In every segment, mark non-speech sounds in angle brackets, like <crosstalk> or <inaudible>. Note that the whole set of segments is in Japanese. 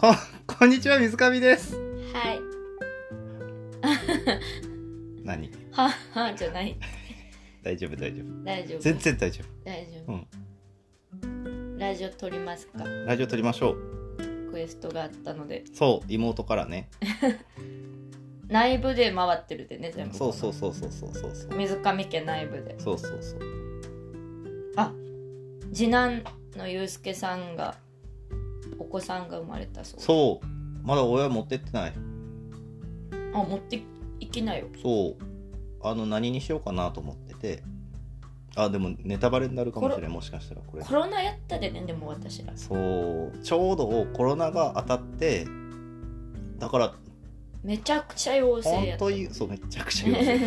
こ、 <laughs> こんにちは、水上です。はい。何ははじゃない。大丈夫、大丈夫。大丈夫。全然大丈夫。大丈夫。ラジオ撮りますか。ラジオ撮りましょう。クエストがあったので。そう、妹からね。内部で回ってるでね、全部。そうそうそうそうそうそうそう。水上家内部で。そうそうそう。あ次男のゆうすけさんが、お子さんが生まれたそう。そう。まだ親持ってってない。あ、持っていきなよ。そう。あの、何にしようかなと思ってて。あ、でもネタバレになるかもしれない。もしかしたらこれ。コロナやったでね、でも私ら。そう。ちょうどコロナが当たって、だから、めちゃくちゃ陽性や本った。当 <laughs> に、そう、めちゃくちゃ言うよね。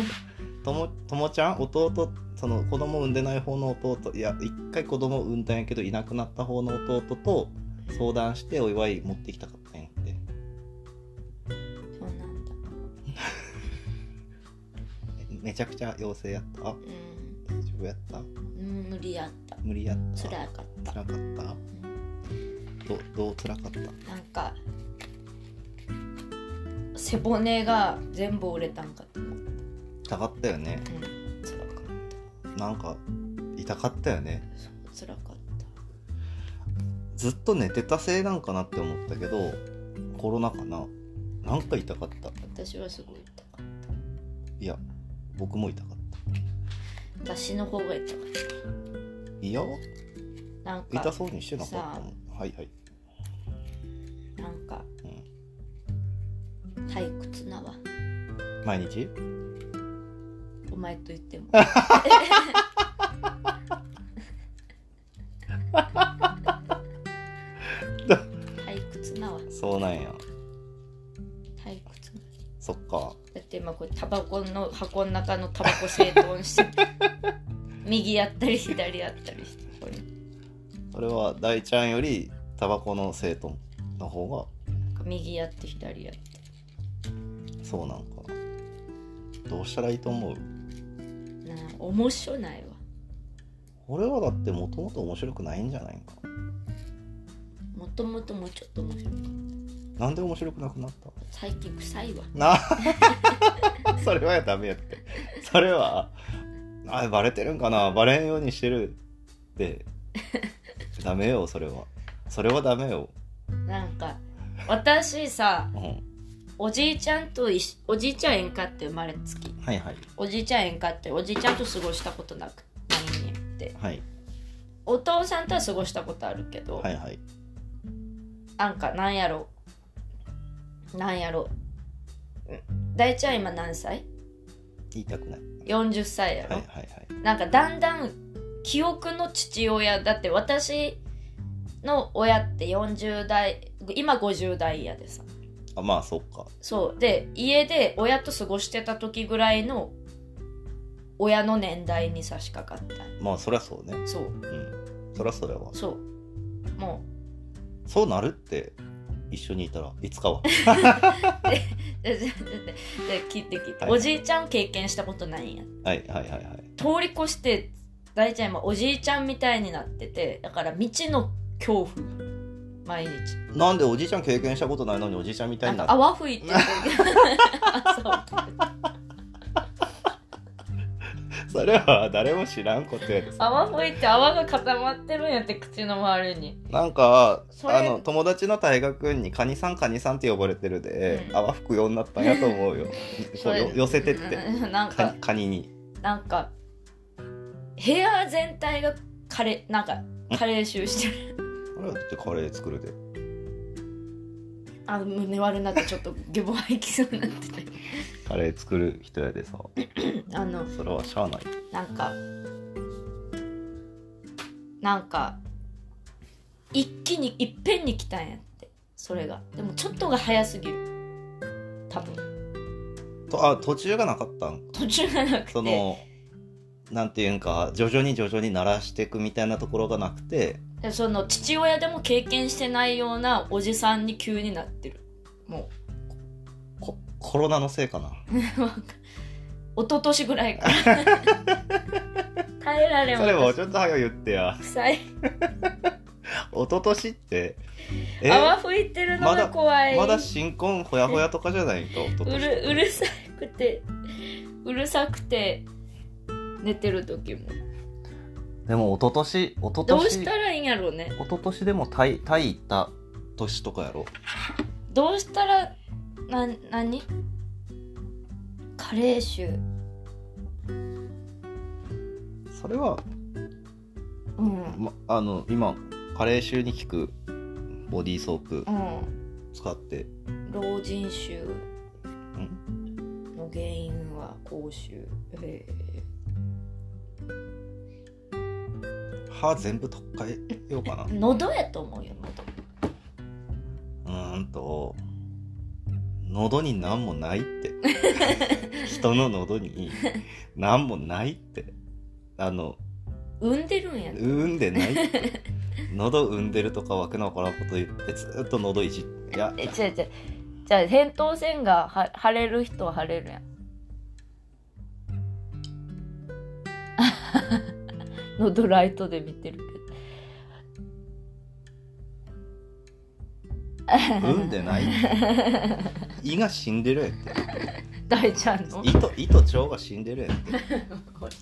ともともちゃん弟その子供産んでない方の弟いや一回子供産んだんやけどいなくなった方の弟と相談してお祝い持ってきたかったんやってそうなんだ。めちゃくちゃ陽性やった大うん丈夫やったうん。無理やった。無理やった辛かった。辛かったうんどどう辛かったなんか背骨が全部折れたんかと思って、痛かったよねうん、辛かったなんか痛かったよねそう辛かっずっと寝てたせいなんかなって思ったけどコロナかななんか痛かったた私はすごい痛かっいや僕も痛かったた私の方が痛かっいやたなん痛かそうにしてなかったもんはいはいなんかうん退屈なわ毎日お前と言っ <laughs> ても退屈なわそうなんや退屈なそっかだって今これタバコの箱の中のタバコ整頓して右やったり左やったりしてこれそれは大ちゃんよりタバコの整頓の方なんか右やって左やってがそうなんかどうしたらいいと思うなあ面白ないわ俺はだってもともと面白くないんじゃないんかもともともうちょっと面白いなんで面白くなくなっ最近臭いわたな <laughs> それはダメやってそれはあバレてるんかなバレんようにしてるってダメよそれはそれはダメよ、なんか私さうん、おじいちゃんといしおじいちゃんえんかって生まれつきはいはいおじいちゃんえんかっておじいちゃんと過ごしたことなくないねんってはいお父さんとは過ごしたことあるけど、はいはいなんかなんやろなんやろうん大ちゃん今何歳言いたくない ?40 歳やはろ、いはいはいなんかだんだん記憶の父親だって私の親って40代今50代やでさあまあそっかそうで家で親と過ごしてた時ぐらいの親の年代に差し掛かったまあそりゃそうねそううんそりゃそうやわそうもそうなるって一緒にいたらいつか <laughs> はうででで聞いて聞いて、はいおじいちゃん経験したことないんやはいはいはいはい通り越して大ちゃん今おじいちゃんみたいになっててだから道の恐怖毎日なんでおじいちゃん経験したことないのにおじいちゃんみたいにななんってか泡吹いてるあそう <laughs> それは誰も知らんことやです泡吹いて泡が固まってるんやって口の周りになんかそれあの友達の大学にカニさんカニさんって呼ばれてるで、うん泡吹くようになったんやと思う <laughs> よこうよ寄せてってうん <laughs> なんカかニカニになんか部屋全体がカレーなんかカレー臭してるあれだってカレー作るであ胸悪なってちょっとゲボ吐きそうになっててカレー作る人やでさあのそれはしゃあないなんかなんか一気にいっぺんに来たんやってそれがでもちょっとが早すぎる多分とあ途中がなかったん途中がなくてそのなんていうんか徐々に徐々に慣らしていくみたいなところがなくてでその父親でも経験してないようなおじさんに急になってるもこコロナのせいかなうなんか一昨年ぐらいから <laughs> 耐えられそれもうもちょっと早く言ってや臭い <laughs> 一昨年ってえ泡吹いてるのまだが怖い、まだ新婚ほやほやとかじゃないと一昨う年るうるさくてうるさくて寝てる時もでも一昨年一昨ど年うしたらいいんやろうね一昨年でもタイタイ行った年とかやろどうしたらな何加齢臭それは、うんま、あの今加齢臭に効くボディーソープうん使って老人臭んの原因は口臭へえ歯全部取っ替えようかな喉やと思うよ喉うーんと喉に何もないって人の喉に何もないってあの産んでるんやね産んでないって喉産んでるとかわけのわからんこと言ってずーっと喉いじいやえ違う違うじゃあ扁桃腺がは腫れる人は腫れるや <laughs> ん喉ライトで見てるけど産んでない胃が死んでるやんって大ちゃんの胃と胃と腸が死んでるやんって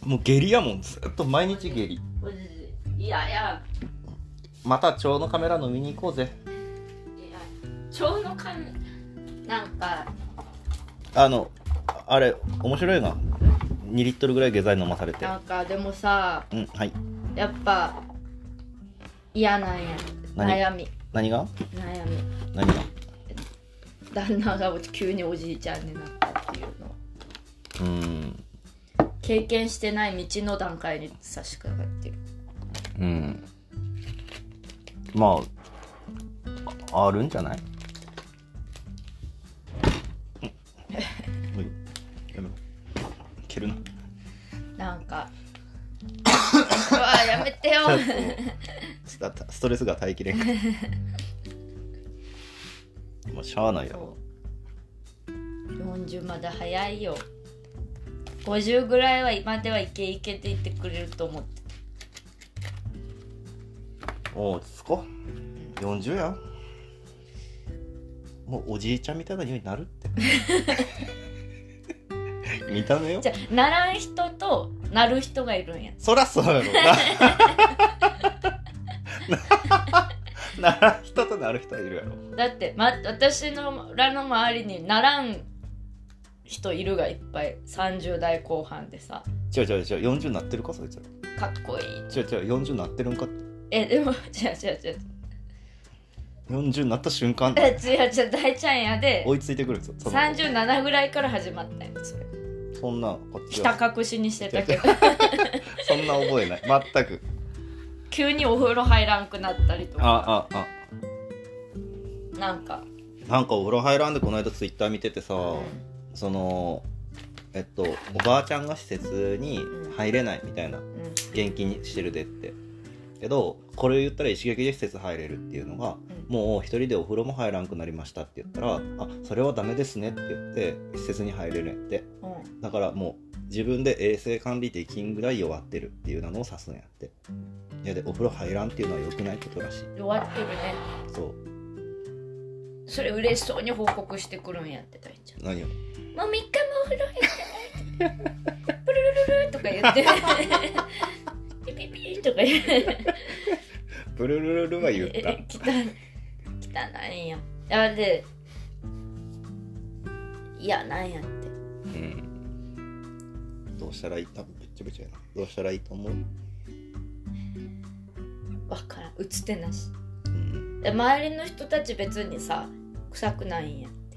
もう下痢やもんずーっと毎日下痢マジでいやいやまた腸のカメラ飲みに行こうぜいや腸のかなんかあのああれ面白いな2リットルぐらい下剤飲まされてなんかでもさうんはいやっぱ嫌なんや何悩み何が悩み何が旦那が急におじいちゃんになったっていうのうーん経験してない道の段階に差し掛かってるうんまあああるんじゃない <laughs> うんやめろ蹴るななんかうわやめてよスタストレスが耐えき <laughs> れんからもうしゃあないよそう40まだ早いよ50ぐらいは今ではイケイケで言ってくれると思ってもう落ち着こう40やもうおじいちゃんみたいな匂いになるって <laughs> 見た目よじゃあならん人となる人がいるんやそらそうやろな。ならん人となる人いるやろ。だって、ま、私のらの周りにならん人いるがいっぱい30代後半でさ違う違う違う、40なってるか、そいつら。かっこいい違う違う、40なってるんか。えでも <laughs> 違う違う違う40なった瞬間、え違う違う大ちゃんやで追いついてくるんですよ。その37ぐらいから始まったんやそれそんな、こっちひは。た隠しにしてたけど <laughs> そんな覚えない。全く。急にお風呂入らんくなったりとかあ、あ、あ。なんかなんかお風呂入らんで、この間ツイッター見ててさ、うその、えっと、おばあちゃんが施設に入れないみたいな。ん現金にしてるでってけどこれを言ったら一撃で施設入れるっていうのが、うもう一人でお風呂も入らんくなりましたって言ったら、あそれはダメですねって言って施設に入れるんやってうんだからもう自分で衛生管理できんぐらい弱ってるっていうのを指すんやっていやでお風呂入らんっていうのは良くないことらしい弱ってるねそうそれ嬉しそうに報告してくるんやって大ちゃん何をもう3日もお風呂入ってないプルルルルとか言ってピピピとか言ってプルルルルは言った汚いんやあでいやなんやってうんどうしたらいい多分ぶっちゃぶちゃやなどうしたらいいと思う、わからん打つ手なしうん、で周りの人たち別にさ臭くないんやって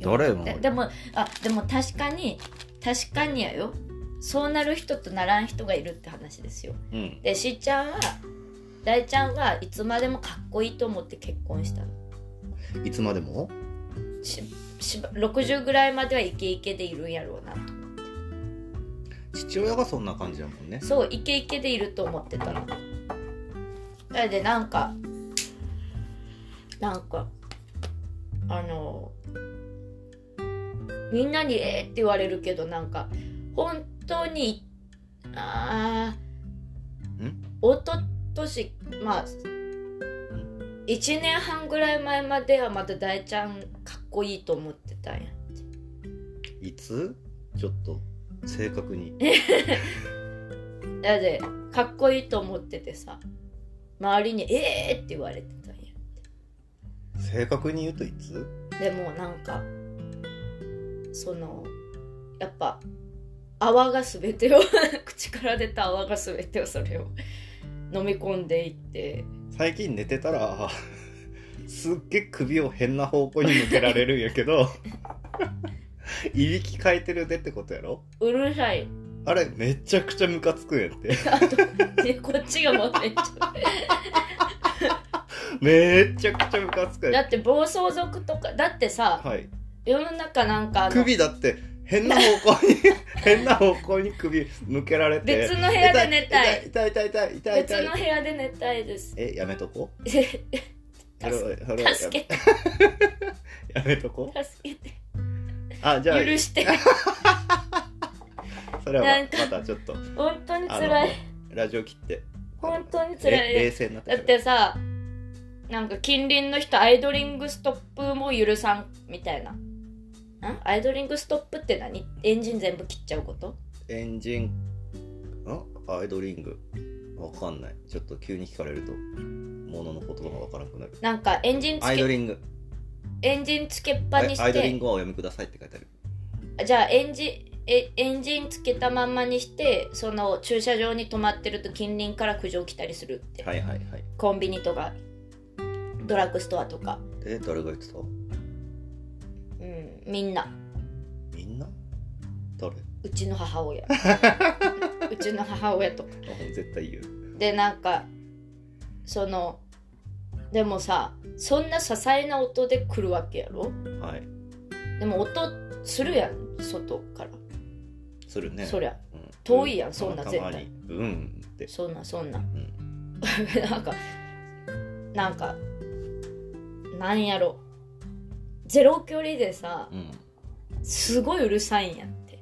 誰もででもあでも確かに確かにやよそうなる人とならん人がいるって話ですようんでしーちゃんは大ちゃんはいつまでもかっこいいと思って結婚したのいつまでもししば60ぐらいまではイケイケでいるんやろうなと父親がそんな感じだもんねそうイケイケでいると思ってたのなのでなんかなんかあのみんなに「えー」って言われるけどなんか本当にあーんおと年まあ1年半ぐらい前まではまた大ちゃんかっこいいと思ってたんやいつちょっと正確にだってかっこいいと思っててさ周りに「ええー!」って言われてたんや正確に言うといつでもなんかそのやっぱ泡が全てを <laughs> 口から出た泡が全てをそれを飲み込んでいって最近寝てたらすっげえ首を変な方向に向けられるんやけどいびきかいてるでってことやろうるさいあれめちゃくちゃムカつくんやってでこっちがもうめっちめちゃくちゃムカつくゃんやっだって暴走族とかだってさてはい世の中なんかあの首だって変な方 <laughs> 向に変な方向に首向けられて別の部屋で寝たい痛い痛い痛い痛い痛い別痛の部い屋で寝たいですえやめとこ助それはそれはやけてやめとこ助けてあじゃあ許してそれはなんかまたちょっと本当にあつのらいラジオ切って本当につられい冷静になってだからってさなんか近隣の人アイドリングストップも許さんみたいなんアイドリングストップって何エンジン全部切っちゃうことエンジンんアイドリングわかんないちょっと急に聞かれるとものの言葉がわからなくなるなんかエンジンつアイドけリングエンジンつけっアぱイにアしイドリンてグはお読みくださいって書いてあるじゃあエンジンえエンジンつけたまんまにしてその駐車場に止まってると近隣から苦情来たりするって、はいはいはいコンビニとかドラッグストアとか、で誰が言ってたうん、みんなみんな誰あうちの母 <laughs> 親うちの母親とかもう絶対言うでなんかそのでもさそんな些細な音で来るわけやろはいでも音するやん外から、するねそりゃうん遠いやんうそんなた絶ま対にうんってそんなそんな、ん <laughs> なんかなんかなんやろゼロ距離でさうんすごいうるさいんやって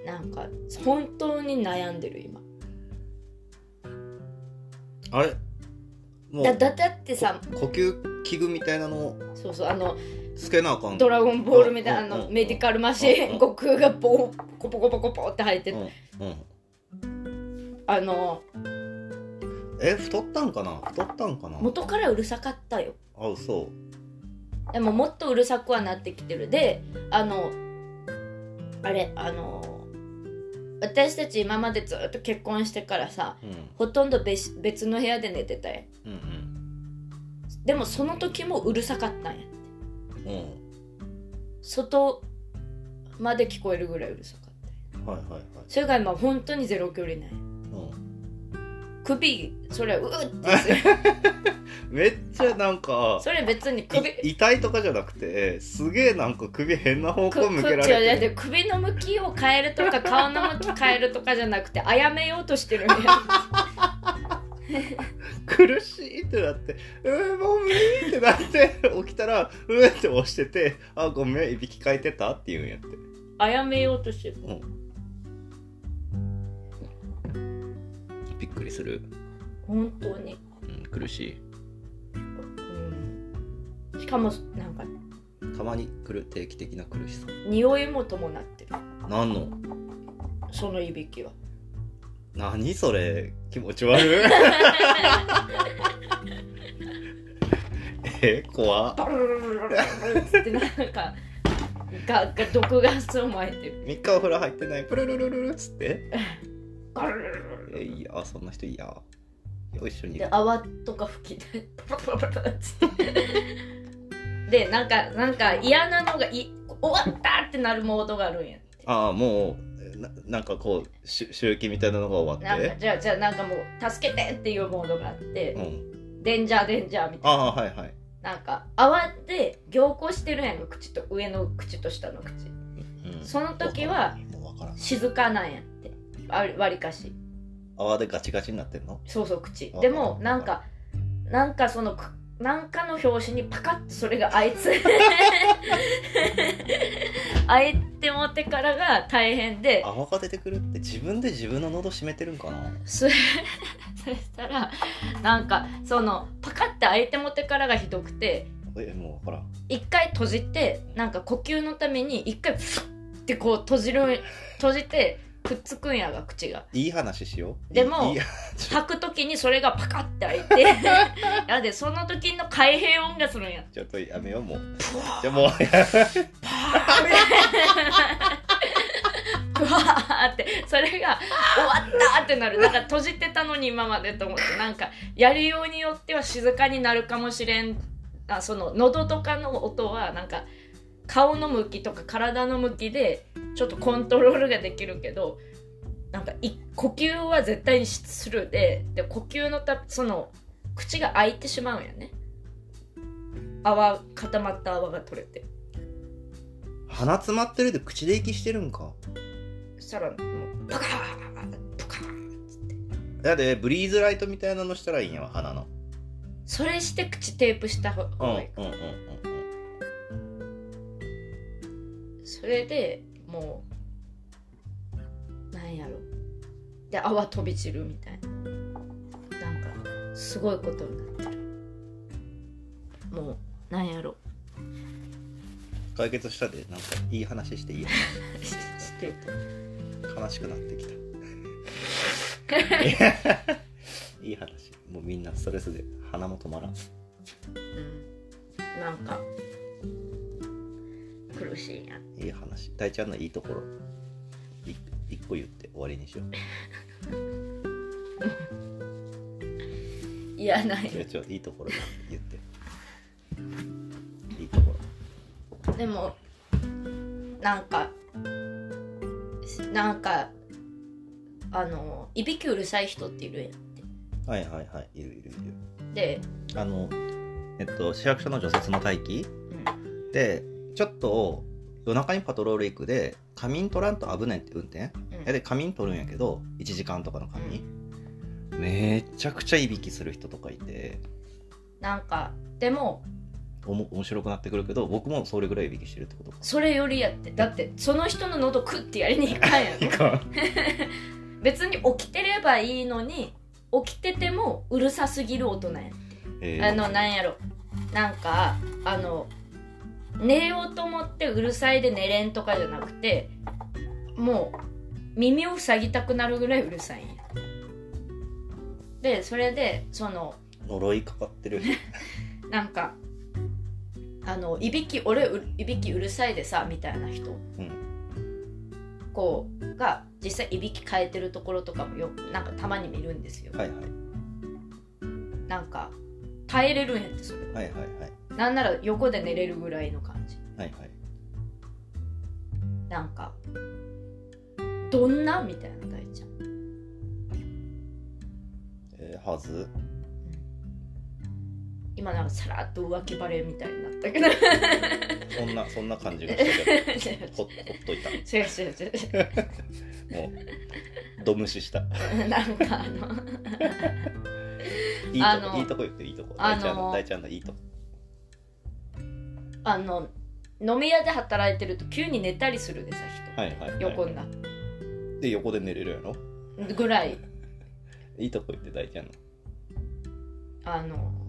うんなんか本当に悩んでる今あれもだうだだってさ呼吸器具みたいなのをそうそうあのつけなあかんドラゴンボールみたいなうあんうんのうんメディカルマシうんンうん悟空がボーコポコポコポって入ってうんうんあのえ太ったんかな太ったんかな元からうるさかったよあそでももっとうるさくはなってきてるであのあれあの私たち今までずっと結婚してからさううんほとんど別別の部屋で寝てたやんうんでもその時もうるさかったんやうんうん外まで聞こえるぐらいうるさかったんやはいはいはいそれが今本当にゼロ距離ないうん首それはうーってするめっちゃなんかそれ別に首い痛いとかじゃなくてすげえなんか首変な方こ向こ向っけらちはだれってるて首の向きを変えるとか顔の向き変えるとかじゃなくてあやめようとしてるね苦しいってなって「うーもう無理」ってなって <laughs> 起きたら「うー」って押してて「あごめんいびきかいてた?」って言うんやってあやめようとしてるびっくりする、本当に、うん、苦しいうん、しかもなんかたまに来る定期的な苦しさ匂いも伴ってる何のそのいびきは何それ気持ち悪い <laughs> え怖っバルルルルルルルってなんかがが毒ガスを撒いてる3日お風呂入ってないプルルルルルっつってガルルルルルえいやそんな人いやよ一緒にで泡とか吹き出パパパパパっつってでなんかなんか嫌なのがい終わったってなるモードがあるんやってああもうななんかこうし周期みたいなのが終わなっんかてじゃあじゃあなんかもう助けてっていうモードがあって、うんデンジャーデンジャーみたいああはいはいななんか泡で凝固してるやんか口と上の口と下の口うんその時はもう分からん静かなんやってあわりかし泡でガチガチになってんのそうそう口あでもなんかなんかそのくなんかの拍子にパカッとそれがあいつ <laughs> あえてもってからが大変で泡が出てくるって自分で自分の喉閉めてるんかなそれ <laughs> そしたらなんかそのパカって開いてもってからがひどくてえもうほら一回閉じてなんか呼吸のために一回プスッってこう閉じる閉じてくっつくんやが口がいい話しようでもいいい吐く時にそれがパカって <laughs> 開いてやでその時の開閉音がするんやちょっとやめようもうじゃあもうパーンうわーってそれが終わったってなるだから閉じてたのに今までと思ってなんかやるようによっては静かになるかもしれんあその喉とかの音はなんか顔の向きとか体の向きでちょっとコントロールができるけどなんかい呼吸は絶対にするでで呼吸のたその口が開いてしまうんやね泡固まった泡が取れて。鼻詰まってるで口で息してるんかそしたらもうパカーパカーやでブリーズライトみたいなのしたらいいんやわ鼻のそれして口テープした方うんうんがいい、うんうんうんそれでもうなんやろで泡飛び散るみたいななんかすごいことになってるもうなんやろ <laughs> 解決したでなんかいい話していい話して悲しくなってきた <laughs> いい話もうみんなストレスで鼻も止まらんうんなんか苦しいやんいい話大ちゃんのいいところい一個言って終わりにしよういやない違う違ういいところ言っていいところでもなんかしなんかあのいびきうるさい人っているやんってはいはいはいいるいるいるで、あのえっと市役所の除雪の待機うん、でちょっと夜中にパトロール行くで仮眠取らんと危ないって運転うんで仮眠取るんやけど1時間とかの仮眠、めちゃくちゃいびきする人とかいてなんかでもおも面白くなってくるけど僕もそれぐらいいびきしてるってことかそれよりやってだってその人の喉クッてやりに行かん <laughs> やん別に起きてればいいのに起きててもうるさすぎる大人やんえーあのなんやろなんかあの寝ようと思ってうるさいで寝れんとかじゃなくてもう耳を塞ぎたくなるぐらいうるさいんやでそれでその呪いかかってるなんかあのいびき俺ういびきうるさいでさみたいな人、こうが実際いびき変えてるところとかもよなんかたまに見るんですよ、はいはいなんか耐えれるんやってそれはいはいはいなんなら横で寝れるぐらいの感じはいはいなんかどんなみたいな大ちゃんえーはず今なんかさらっと浮気バレみたいになったけど <laughs> そんなそんな感じがしてるほ違っほっといたう違う違うもうド無視した違うなんかあのいいあとこのいいとこ言っていいとこあ大のちゃんの大ちゃんのいいとこあの飲み屋で働いてると急に寝たりするでさ人、はいはい、はい、横になっで横で寝れるやろてぐらいいいとこ言って大ちゃんのあの <laughs>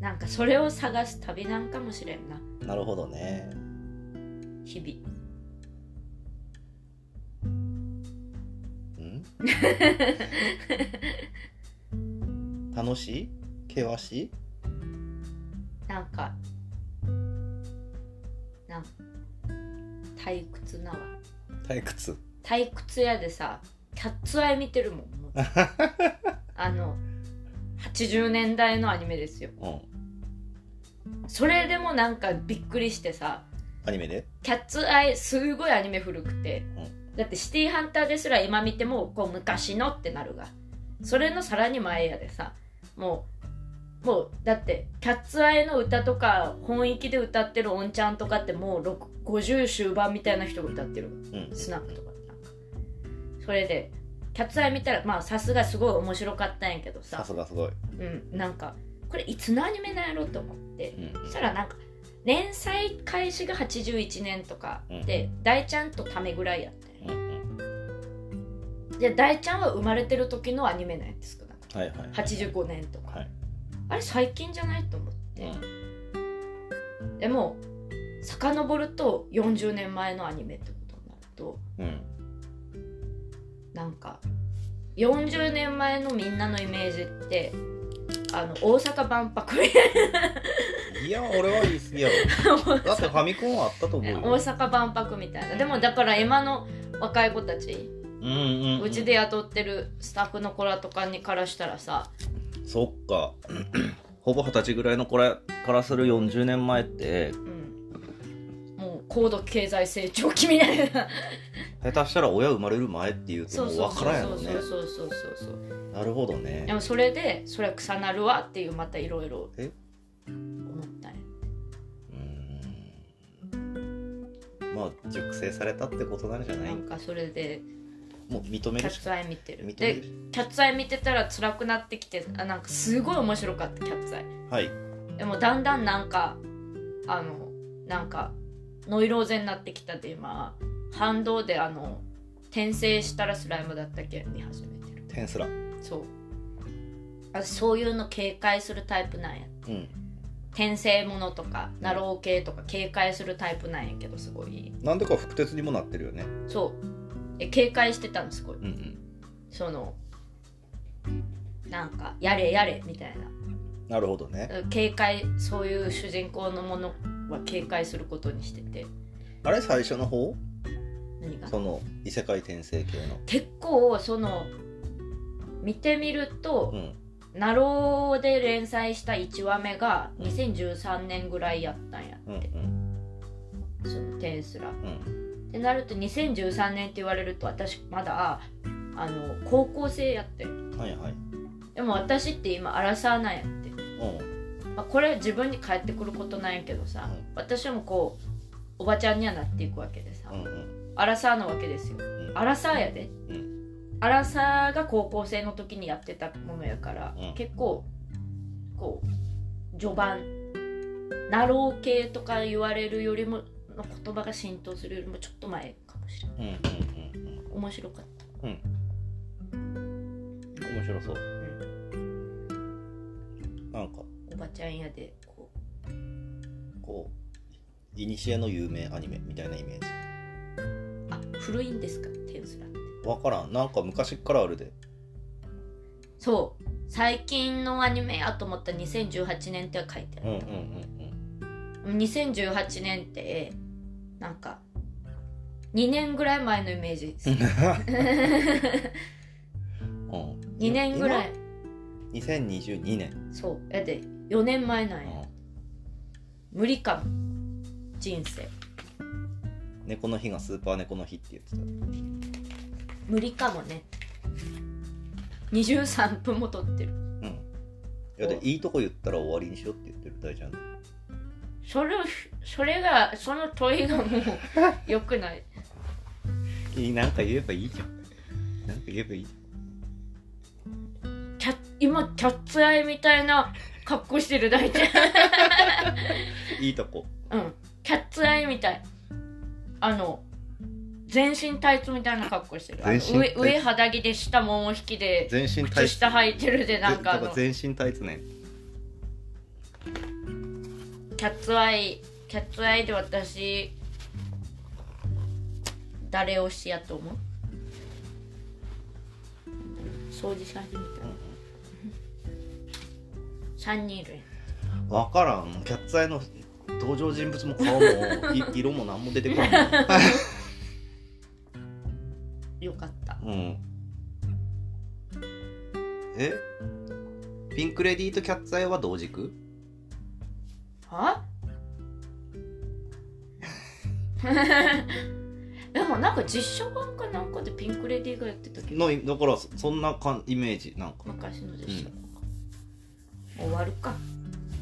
なんかそれを探す旅なんかもしれんななるほどね日々うん <laughs> 楽しい険しいなんか、なん退屈なわ。退屈退屈屋でさ、キャッツアイ見てるもん。もうあの、80年代のアニメですよ。うんそれでもなんかびっくりしてさ、アニメでキャッツアイすごいアニメ古くて、だってシティハンターですら今見てもこう昔のってなるがそれのさらに前やでさもうもうだってキャッツアイの歌とか本域で歌ってるおんちゃんとかってもう6 50終盤みたいな人が歌ってるうんスナックとかなんかそれで「達也見たらまあさすがすごい面白かったんやけどささすがすごい、うんなんかこれいつのアニメなんやろと思ってうん、そしたらなんか連載開始が81年とかで、大ちゃんとためぐらいやったうんんうんやで大ちゃんは生まれてる時のアニメなんやって少なくともはいはい85年とか、はいあれ最近じゃないと思って、でも遡ると40年前のアニメってことになるとうんうんなんか40年前のみんなのイメージってあの大阪万博みたいいや俺は言い過 <laughs> ぎやろな思うだってファミコンはあったと思う大よ阪万博みたいなでもだからエマの若い子たちうんうんんうちで雇ってるスタッフの子らとかにからしたらさそっか <clears throat> ほぼ二十歳ぐらいの子らからする40年前ってうんもう高度経済成長期みたい <laughs> な下手したら親生まれる前っていうとそうもうそう分そかうらんやそろうねそうそうそうそうなるほどでねもそれでそれは草なるわっていうまたいろいろえ思ったんやうーんまあ熟成されたってことなんじゃないなんかそれでもう認めキャるしッかツアイ見てる認めでるしキャッツアイ見てたら辛くなってきてあなんかすごい面白かったキャッツアイはいでもだんだんなんかあのなんかノイローゼになってきたで今反動であの転生したらスライムだったけ見始めてるテンスラそうあそういうの警戒するタイプなんやうん転生ものとかナロー系とか警戒するタイプなんやけどすごいなんでか複鉄にもなってるよねそうえ警戒してたのすごいうんそのなんかやれやれみたいなうんなるほどね警戒そういう主人公のものは警戒することにしててあれ最初の方何がその異世界転生系の結構その見てみるとうん「ナロー」で連載した1話目が2013年ぐらいやったんやうんってその「テンスラ」っうんうんてなると2013年って言われると私まだあの高校生やってはいはいでも私って今アラサーなんやってうんまあ、これ自分に返ってくることなんやけどさ、うん私もこうおばちゃんにはなっていくわけでさ、うんうんアラサーなわけですようんアラサーやで、うアラサーが高校生の時にやってたものやから、うん結構こう序盤ナロー系とか言われるよりもの言葉が浸透するよりもちょっと前かもしれないうんうんうんうん面白かっ面白そう、なんかたおばちゃんやでこうこういにしえの有名アニメみたいなイメージあ古いんですかテンスラってわからんなんか昔っからあるでそう最近のアニメやと思ったら2018年って書いてあうんうんる、2018年ってなんか2年ぐらい前のイメージです <laughs> <laughs> うんうんうん2年ぐらい今2022年、そうやで4年前なんや無理かも人生うん猫の日がスーパー猫の日って言ってた無理かもね23分も撮ってるうんいやでいいとこ言ったら終わりにしようって言ってる大ちゃんそれをそれがその問いがもうよ <laughs> くないいいなんか言えばいいじゃんなんか言えばいいキャ今キャッツアイみたいな格好してる大体いいとこうん、 <laughs> キャッツアイみたい。あの、全身タイツみたいな格好してる。あの全身タ上イツ上肌着で下もも引きで、全身タイ靴ツ下履いてるで、なんかあぜだの、らキ全身タイツねャッツアイ、キャッツアイで私、誰推しやと思う掃除さんみたいな。3人いるやんわからんキャッツアイの登場人物も顔もい色も何も出てこないよかった。うんえピンクレディーとキャッツアイは同軸は <laughs> でもなんか実写版かなんかでピンク・レディーがやってたけどのだからそそんなかんイメージなんか昔の実写版、終わるか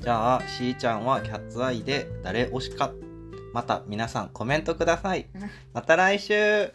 じゃあしーちゃんはキャッツアイで誰推しかまた皆さんコメントくださいまた来週